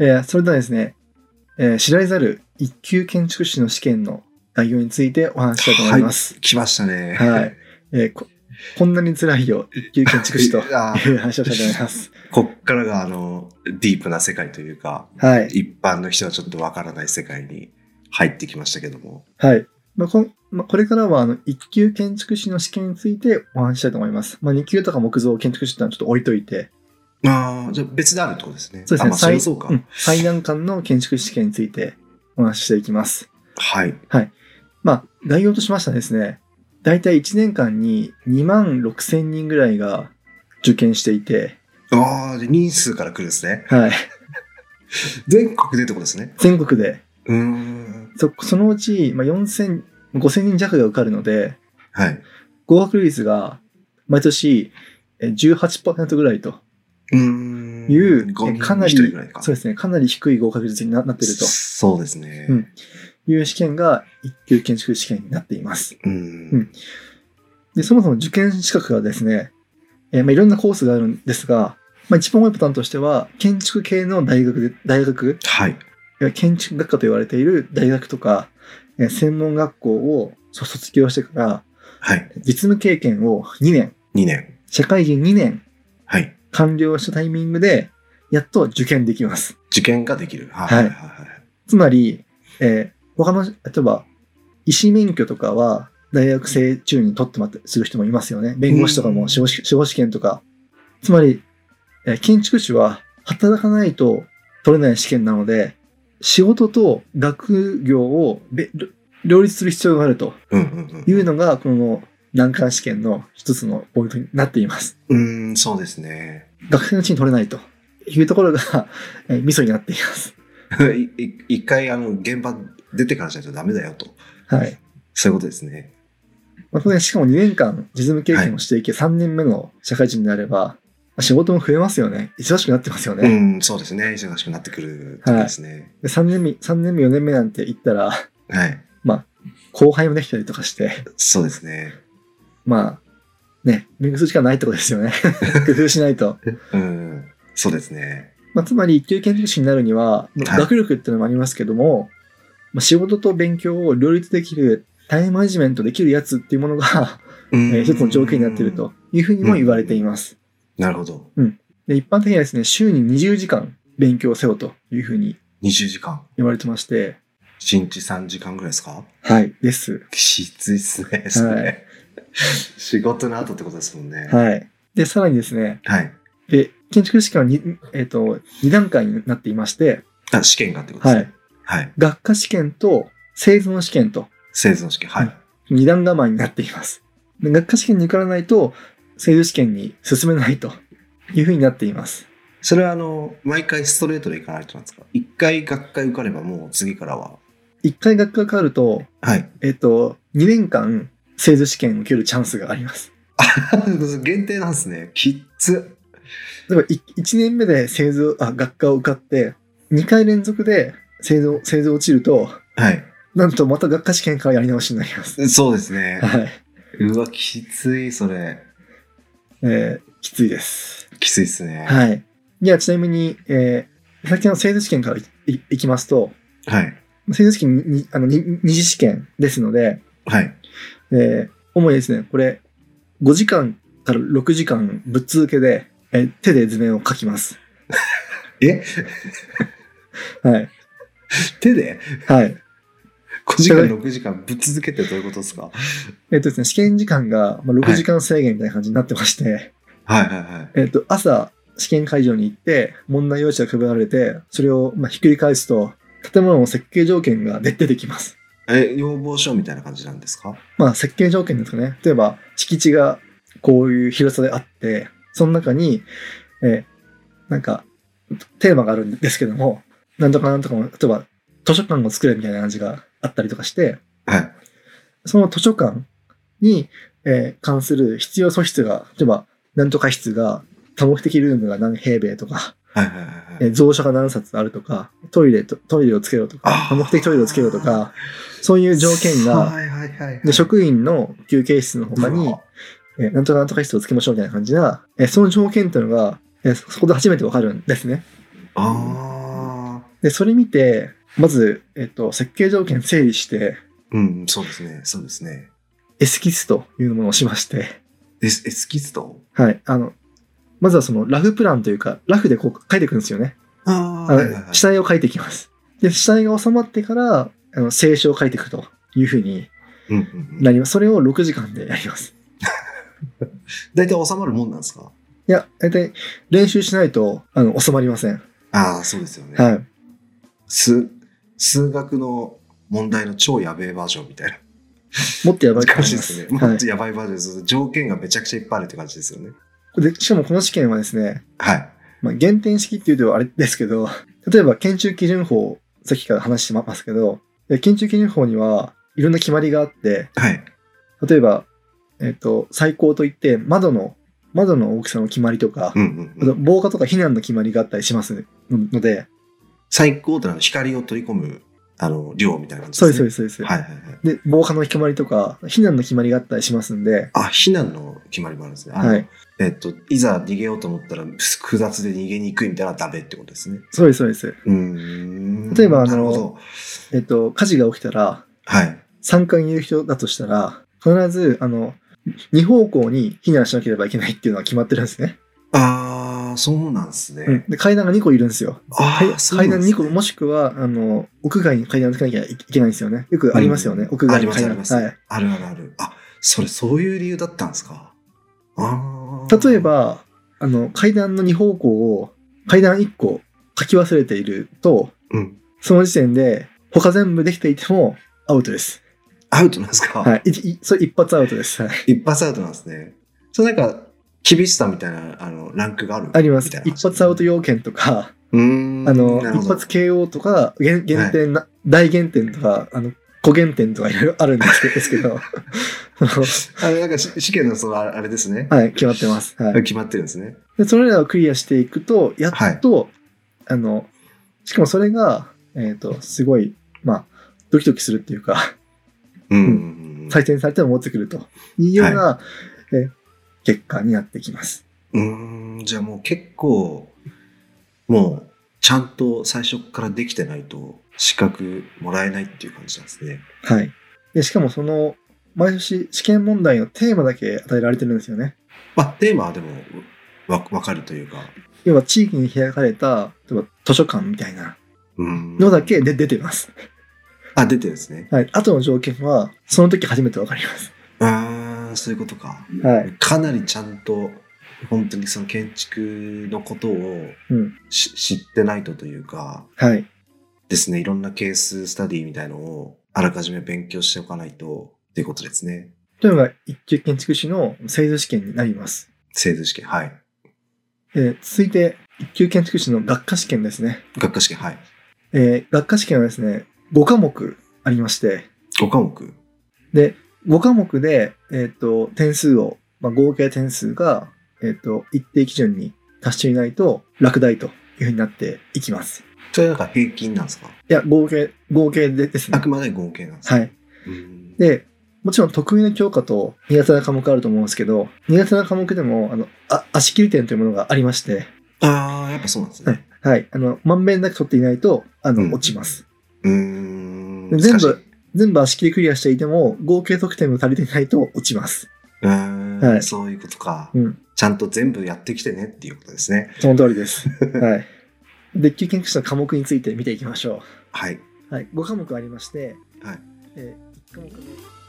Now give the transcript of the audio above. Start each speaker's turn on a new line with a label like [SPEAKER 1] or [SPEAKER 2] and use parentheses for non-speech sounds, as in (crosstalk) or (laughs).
[SPEAKER 1] えーそれではですね、えー知られざる一級建築士の試験の内容についてお話ししたいと思います。
[SPEAKER 2] 来ましたね。
[SPEAKER 1] はい。えーここんなに辛いよ、一級建築士
[SPEAKER 2] (laughs)
[SPEAKER 1] と
[SPEAKER 2] あー
[SPEAKER 1] いう話をしたいと思います。
[SPEAKER 2] こっからがあの、ディープな世界というか、
[SPEAKER 1] はい。
[SPEAKER 2] 一般の人はちょっとわからない世界に入ってきましたけども。
[SPEAKER 1] はい。まあこんまあ、これからは、あの、一級建築士の試験についてお話ししたいと思います。まあ、二級とか木造建築士ってのはちょっと置いといて、
[SPEAKER 2] ああ、じゃあ別であるってことですね。
[SPEAKER 1] そうです
[SPEAKER 2] あ
[SPEAKER 1] ね、
[SPEAKER 2] まあ、そりゃそうか。
[SPEAKER 1] ん最難関の建築士試験についてお話ししていきます。
[SPEAKER 2] はい。
[SPEAKER 1] まあ、概要としましてはですね、大体1年間に2万6千人ぐらいが受験していて、
[SPEAKER 2] ああ、で人数から来るんですね。
[SPEAKER 1] はい、
[SPEAKER 2] 全国でってことですね。
[SPEAKER 1] 全国で、
[SPEAKER 2] うーん。
[SPEAKER 1] そそのうち、まあ、4千、5千人弱が受かるので、
[SPEAKER 2] はい。
[SPEAKER 1] 合格率が毎年え18%ぐらいと
[SPEAKER 2] うーん。
[SPEAKER 1] いう、
[SPEAKER 2] 五
[SPEAKER 1] え
[SPEAKER 2] 人
[SPEAKER 1] かなり
[SPEAKER 2] 一人ぐらいか。
[SPEAKER 1] そうですね、かなり低い合格率にななっていると
[SPEAKER 2] そうですね。
[SPEAKER 1] うんいう試験が一級建築試験になっています。
[SPEAKER 2] う
[SPEAKER 1] うんん。で、そもそも受験資格がですね、えーまあ、いろんなコースがあるんですが、まあ、一番多いパターンとしては、建築系の大学で、大学、
[SPEAKER 2] はい。
[SPEAKER 1] いや建築学科と言われている大学とか、えー専門学校を卒卒業してから、
[SPEAKER 2] はい。
[SPEAKER 1] 実務経験を2年、
[SPEAKER 2] 2年。
[SPEAKER 1] 社会人2年
[SPEAKER 2] はい。
[SPEAKER 1] 完了したタイミングで、やっと受験できます。
[SPEAKER 2] 受験ができる。はい
[SPEAKER 1] はい
[SPEAKER 2] はいはい。
[SPEAKER 1] つまり、えー他の、例えば、医師免許とかは、大学生中に取ってもらってする人もいますよね。弁護士とか
[SPEAKER 2] うん
[SPEAKER 1] も司法試司法試験とか。つまり、えー建築士は働かないと取れない試験なので、仕事と学業をべ両立する必要があると
[SPEAKER 2] うんうん
[SPEAKER 1] い
[SPEAKER 2] うん。
[SPEAKER 1] うのが、この難関試験の一つのポイントになっています。
[SPEAKER 2] うーん、そうですね。
[SPEAKER 1] 学生のうちに取れないというところが、えーミソになっています。
[SPEAKER 2] (laughs) いい一回、あの、現場出てからじゃないとダメだよと。
[SPEAKER 1] はい。
[SPEAKER 2] そういうことですね。
[SPEAKER 1] まあ、当然、しかも2年間実務経験をしていけ、3年目の社会人になれば、まあ仕事も増えますよね。忙しくなってますよ
[SPEAKER 2] う
[SPEAKER 1] ね。
[SPEAKER 2] ん、そうですね。忙しくなってくる時ですね。
[SPEAKER 1] で3年目、3年目、4年目なんて言ったら、
[SPEAKER 2] はい。
[SPEAKER 1] 後輩もできたりとかして、
[SPEAKER 2] そうですね。
[SPEAKER 1] まあ、ね、勉強する時間ないってことですよね。 (laughs) 工夫しないと。
[SPEAKER 2] うん、そうですね。
[SPEAKER 1] まあ、つまり、一級建築士になるには、
[SPEAKER 2] はい
[SPEAKER 1] 学力っていうのもありますけども、まあ、仕事と勉強を両立できる、タイムマネジメントできるやつっていうものが、えー
[SPEAKER 2] え
[SPEAKER 1] 一つの条件になっていると。いうふうにも言われています。
[SPEAKER 2] なるほど。
[SPEAKER 1] で一般的にはですね、週に20時間勉強せよというふうに
[SPEAKER 2] 20時間。
[SPEAKER 1] 言われてまして、
[SPEAKER 2] 1日3時間ぐらいですか
[SPEAKER 1] はい。です。
[SPEAKER 2] きついっすね、それ。
[SPEAKER 1] は
[SPEAKER 2] 仕事の後ってことですもんね。はい。
[SPEAKER 1] はい。で、さらにですね、で建築士試験はに、えっと2段階になっていまして、
[SPEAKER 2] あ試験がってことですね。はい。
[SPEAKER 1] 学科試験と生存試験と
[SPEAKER 2] 製造試験。はい。
[SPEAKER 1] 2段構えになっています。で学科試験に受からないと、生存試験に進めないというふうになっています。
[SPEAKER 2] それはあの、毎回ストレートでいかないとなんですか一回学会受かればもう次からは。
[SPEAKER 1] 1回学科が変わると、
[SPEAKER 2] はい。
[SPEAKER 1] えっ、と、2年間生存試験を受けるチャンスがあります。
[SPEAKER 2] (laughs) 限定なんですね。きっつ。
[SPEAKER 1] 例えばい1年目で製造あ学科を受かって2回連続で製造製造落ちると
[SPEAKER 2] はい。
[SPEAKER 1] なんとまた学科試験からやり直しになります。
[SPEAKER 2] そうですね。
[SPEAKER 1] はい、
[SPEAKER 2] うわ、きつい、それ。
[SPEAKER 1] えーきついです。
[SPEAKER 2] きついっすね。
[SPEAKER 1] はい。じゃあちなみに、えー、先の製造試験からいいいきますと、
[SPEAKER 2] はい。
[SPEAKER 1] 製造試験ににあのに二次試験ですので、
[SPEAKER 2] はい。
[SPEAKER 1] えー主にですね、これ5時間から6時間ぶっ続けで、えー手で図面を描きます。
[SPEAKER 2] え
[SPEAKER 1] はい。
[SPEAKER 2] 手で
[SPEAKER 1] はい。
[SPEAKER 2] 5時間6時間ぶっ続けてどういうことですか
[SPEAKER 1] えっ、とですね、試験時間がまあ6時間制限みたいな感じになってまして、
[SPEAKER 2] はいはいはい。
[SPEAKER 1] えっ、と、朝、試験会場に行って、問題用紙が配られて、それを、まあ、ひっくり返すと、建物の設計条件が出出てきます。
[SPEAKER 2] え、要望書みたいな感じなんですか
[SPEAKER 1] まあ、設計条件ですかね。例えば、敷地がこういう広さであって、その中に、えーなんか、テーマがあるんですけども、なんとかなんとかも、例えば、図書館を作れみたいな感じがあったりとかして、
[SPEAKER 2] はい。
[SPEAKER 1] その図書館に、えー関する必要素質が、例えば、なんとか室が、多目的ルームが何平米とか、
[SPEAKER 2] はいはいはいは
[SPEAKER 1] え
[SPEAKER 2] い。
[SPEAKER 1] ー蔵書が何冊あるとか、トイレと、トイレをつけろと
[SPEAKER 2] あ
[SPEAKER 1] か、
[SPEAKER 2] ー
[SPEAKER 1] 目的トイレをつけろとか、そういう条件が、
[SPEAKER 2] はいはいはいはい。
[SPEAKER 1] で、職員の休憩室の他
[SPEAKER 2] う
[SPEAKER 1] に
[SPEAKER 2] わ、
[SPEAKER 1] えーなんとかなんとか室をつけましょうみたいな感じな、えーその条件っていうのが、えーそこで初めてわかるんですね。
[SPEAKER 2] あ
[SPEAKER 1] で、それ見て、まず、えっと、設計条件整理して、
[SPEAKER 2] うん、そうですね。そうですね。
[SPEAKER 1] エスキスというものをしまして、
[SPEAKER 2] エスエスキスト
[SPEAKER 1] はい。あの、まずはそのラフプランというか、ラフでこう書いていくんですよね。
[SPEAKER 2] あ
[SPEAKER 1] あの
[SPEAKER 2] あ、はいはいはい。
[SPEAKER 1] 下絵を書いていきます。で、下絵が収まってから、あの、清書を書いていくというふうに
[SPEAKER 2] うんうんうん
[SPEAKER 1] なります。それを6時間でやります。
[SPEAKER 2] 大体収まるもんなんですか
[SPEAKER 1] いや、大体練習しないと、あの、収まりません。
[SPEAKER 2] ああ、そうですよね。
[SPEAKER 1] はい。
[SPEAKER 2] 数数学の問題の超やべえバージョンみたいな
[SPEAKER 1] もっとやばいと
[SPEAKER 2] 難
[SPEAKER 1] 思
[SPEAKER 2] し
[SPEAKER 1] い
[SPEAKER 2] いで
[SPEAKER 1] ますす。
[SPEAKER 2] ね。も
[SPEAKER 1] は
[SPEAKER 2] っとやばいバージョンです。条件がめちゃくちゃいっぱいあるって感じですよね。
[SPEAKER 1] い。で、しかもこの試験はですね、
[SPEAKER 2] はい。
[SPEAKER 1] まあ、減点式っていうとあれですけど、例えば建築基準法、さっきから話してますけど、え建築基準法にはいろんな決まりがあって、
[SPEAKER 2] はい。
[SPEAKER 1] 例えば、えっ、と、最高といって、窓の、窓の大きさの決まりとか
[SPEAKER 2] う、ん
[SPEAKER 1] あ
[SPEAKER 2] うんう
[SPEAKER 1] と
[SPEAKER 2] ん。
[SPEAKER 1] 防火とか避難の決まりがあったりしますので、
[SPEAKER 2] 最高ってのは光を取り込む、あの、量みたいな感じ
[SPEAKER 1] そうです、そう
[SPEAKER 2] で
[SPEAKER 1] です、そうですす。
[SPEAKER 2] ね。はいはいはい。
[SPEAKER 1] で、防火の決まりとか、避難の決まりがあったりしますんで、
[SPEAKER 2] あ、避難の決まりもあるんですね。あの
[SPEAKER 1] はい。
[SPEAKER 2] えっと、いざ逃げようと思ったら、複雑で逃げにくいみたいなのはダメってことですね。
[SPEAKER 1] そうです、そうです。
[SPEAKER 2] うーん。
[SPEAKER 1] 例えばあの
[SPEAKER 2] なるほど
[SPEAKER 1] えっ、と、火事が起きたら、
[SPEAKER 2] はい。
[SPEAKER 1] 3階にいる人だとしたら、必ず、あの、2方向に避難しなければいけないっていうのは決まってるんですね。
[SPEAKER 2] ああ、そうなんですね。
[SPEAKER 1] うん、で階段が2個いるんですよ。
[SPEAKER 2] あ
[SPEAKER 1] 階
[SPEAKER 2] あ、そうな
[SPEAKER 1] 階
[SPEAKER 2] んで
[SPEAKER 1] 段
[SPEAKER 2] すね
[SPEAKER 1] 2個、もしくは、あの、屋外に階段をつけなきゃいけないんですよね。よくありますよね、
[SPEAKER 2] うん
[SPEAKER 1] 屋外
[SPEAKER 2] あり
[SPEAKER 1] に
[SPEAKER 2] ます
[SPEAKER 1] 階
[SPEAKER 2] あ
[SPEAKER 1] 段。
[SPEAKER 2] ります、
[SPEAKER 1] はい。
[SPEAKER 2] あるあるある。あ、それ、そういう理由だったんですか。ああ。
[SPEAKER 1] 例え、ば、あの、階段の2方向を、階段1個書き忘れていると、
[SPEAKER 2] うん。
[SPEAKER 1] その時点で、他全部できていても、アウトです。
[SPEAKER 2] アウトなんですか、
[SPEAKER 1] はい。いいそれ一発アウトです。はい。
[SPEAKER 2] 一発アウトなんですね。そうなんか、厳しさみたいな、あの、ランクがある
[SPEAKER 1] あります
[SPEAKER 2] みたい。な
[SPEAKER 1] 一発アウト要件とか、
[SPEAKER 2] うーん。
[SPEAKER 1] あの、
[SPEAKER 2] なるほ
[SPEAKER 1] 一
[SPEAKER 2] ど
[SPEAKER 1] 発 KO とか、減減点な、大減点とか、あの、小減点とかいろいろあるんです
[SPEAKER 2] (laughs)
[SPEAKER 1] けですけど、 (laughs) あの
[SPEAKER 2] あれ、なんかし、試験の、その、ああれですね。
[SPEAKER 1] はい、決まってます。はい。
[SPEAKER 2] 決まってるんですね。
[SPEAKER 1] で、それらをクリアしていくと、やっと、あの、しかもそれが、えっ、と、すごい、まあ、ドキドキするっていうか、
[SPEAKER 2] うんうんうん。
[SPEAKER 1] 採点されても持ってくるというような、え結果になってきます。
[SPEAKER 2] うーん、じゃあもう結構、もう、ちゃんと最初からできてないと、資格もらえないっていう感じなんですね。
[SPEAKER 1] はい。で、しかもその、毎年試験問題のテーマだけ与えられてるんですよね。
[SPEAKER 2] まあ、テーマはでも、わ、わかるというか。
[SPEAKER 1] 要は地域に開かれた、例えば図書館みたいな
[SPEAKER 2] うーん
[SPEAKER 1] のだけで出てます。
[SPEAKER 2] あ、出てるんですね。
[SPEAKER 1] はい。あとの条件は、その時初めてわかります。
[SPEAKER 2] ああ、そういうことか。
[SPEAKER 1] はい。
[SPEAKER 2] かなりちゃんと、本当にその建築のことを
[SPEAKER 1] うん。
[SPEAKER 2] し知ってないとというか、
[SPEAKER 1] はい。
[SPEAKER 2] ですね、いろんなケーススタディみたいのを、あらかじめ勉強しておかないと、っていうことですね。
[SPEAKER 1] というのが、一級建築士の製図試験になります。
[SPEAKER 2] 製図試験、はい。
[SPEAKER 1] えー続いて、一級建築士の学科試験ですね。
[SPEAKER 2] 学科試験、はい。
[SPEAKER 1] えー学科試験はですね、5科目ありまして、
[SPEAKER 2] 5科目。
[SPEAKER 1] で、5科目で、えっ、と、点数を、まあ、合計点数が、えっ、と、一定基準に達していないと、落第というふうになっていきます。
[SPEAKER 2] それなんか平均なんですか
[SPEAKER 1] いや、合計、合計でです
[SPEAKER 2] あ
[SPEAKER 1] ね。
[SPEAKER 2] くまで合計なんですか
[SPEAKER 1] はい。
[SPEAKER 2] うーん
[SPEAKER 1] で、もちろん得意な教科と苦手な科目あると思うんですけど、苦手な科目でも、あの、あ足切り点というものがありまして、
[SPEAKER 2] ああ、やっぱそうなんです
[SPEAKER 1] はい
[SPEAKER 2] ね。。
[SPEAKER 1] はい。あの、まんべんなく取っていないと、あの、
[SPEAKER 2] うん
[SPEAKER 1] 落ちます。
[SPEAKER 2] うーん。
[SPEAKER 1] で全部
[SPEAKER 2] 難しい。
[SPEAKER 1] 全部足切りクリアしていても、合計得点が足りていないと落ちます。
[SPEAKER 2] うーん、
[SPEAKER 1] はい
[SPEAKER 2] そういうことか、
[SPEAKER 1] うん。
[SPEAKER 2] ちゃんと全部やってきてねっていうことですね。
[SPEAKER 1] その通りです。はい。 (laughs) で、旧研究者の科目について見ていきましょ
[SPEAKER 2] はい。
[SPEAKER 1] う。はい。5科目ありまして、
[SPEAKER 2] はい。
[SPEAKER 1] えー、1科目目。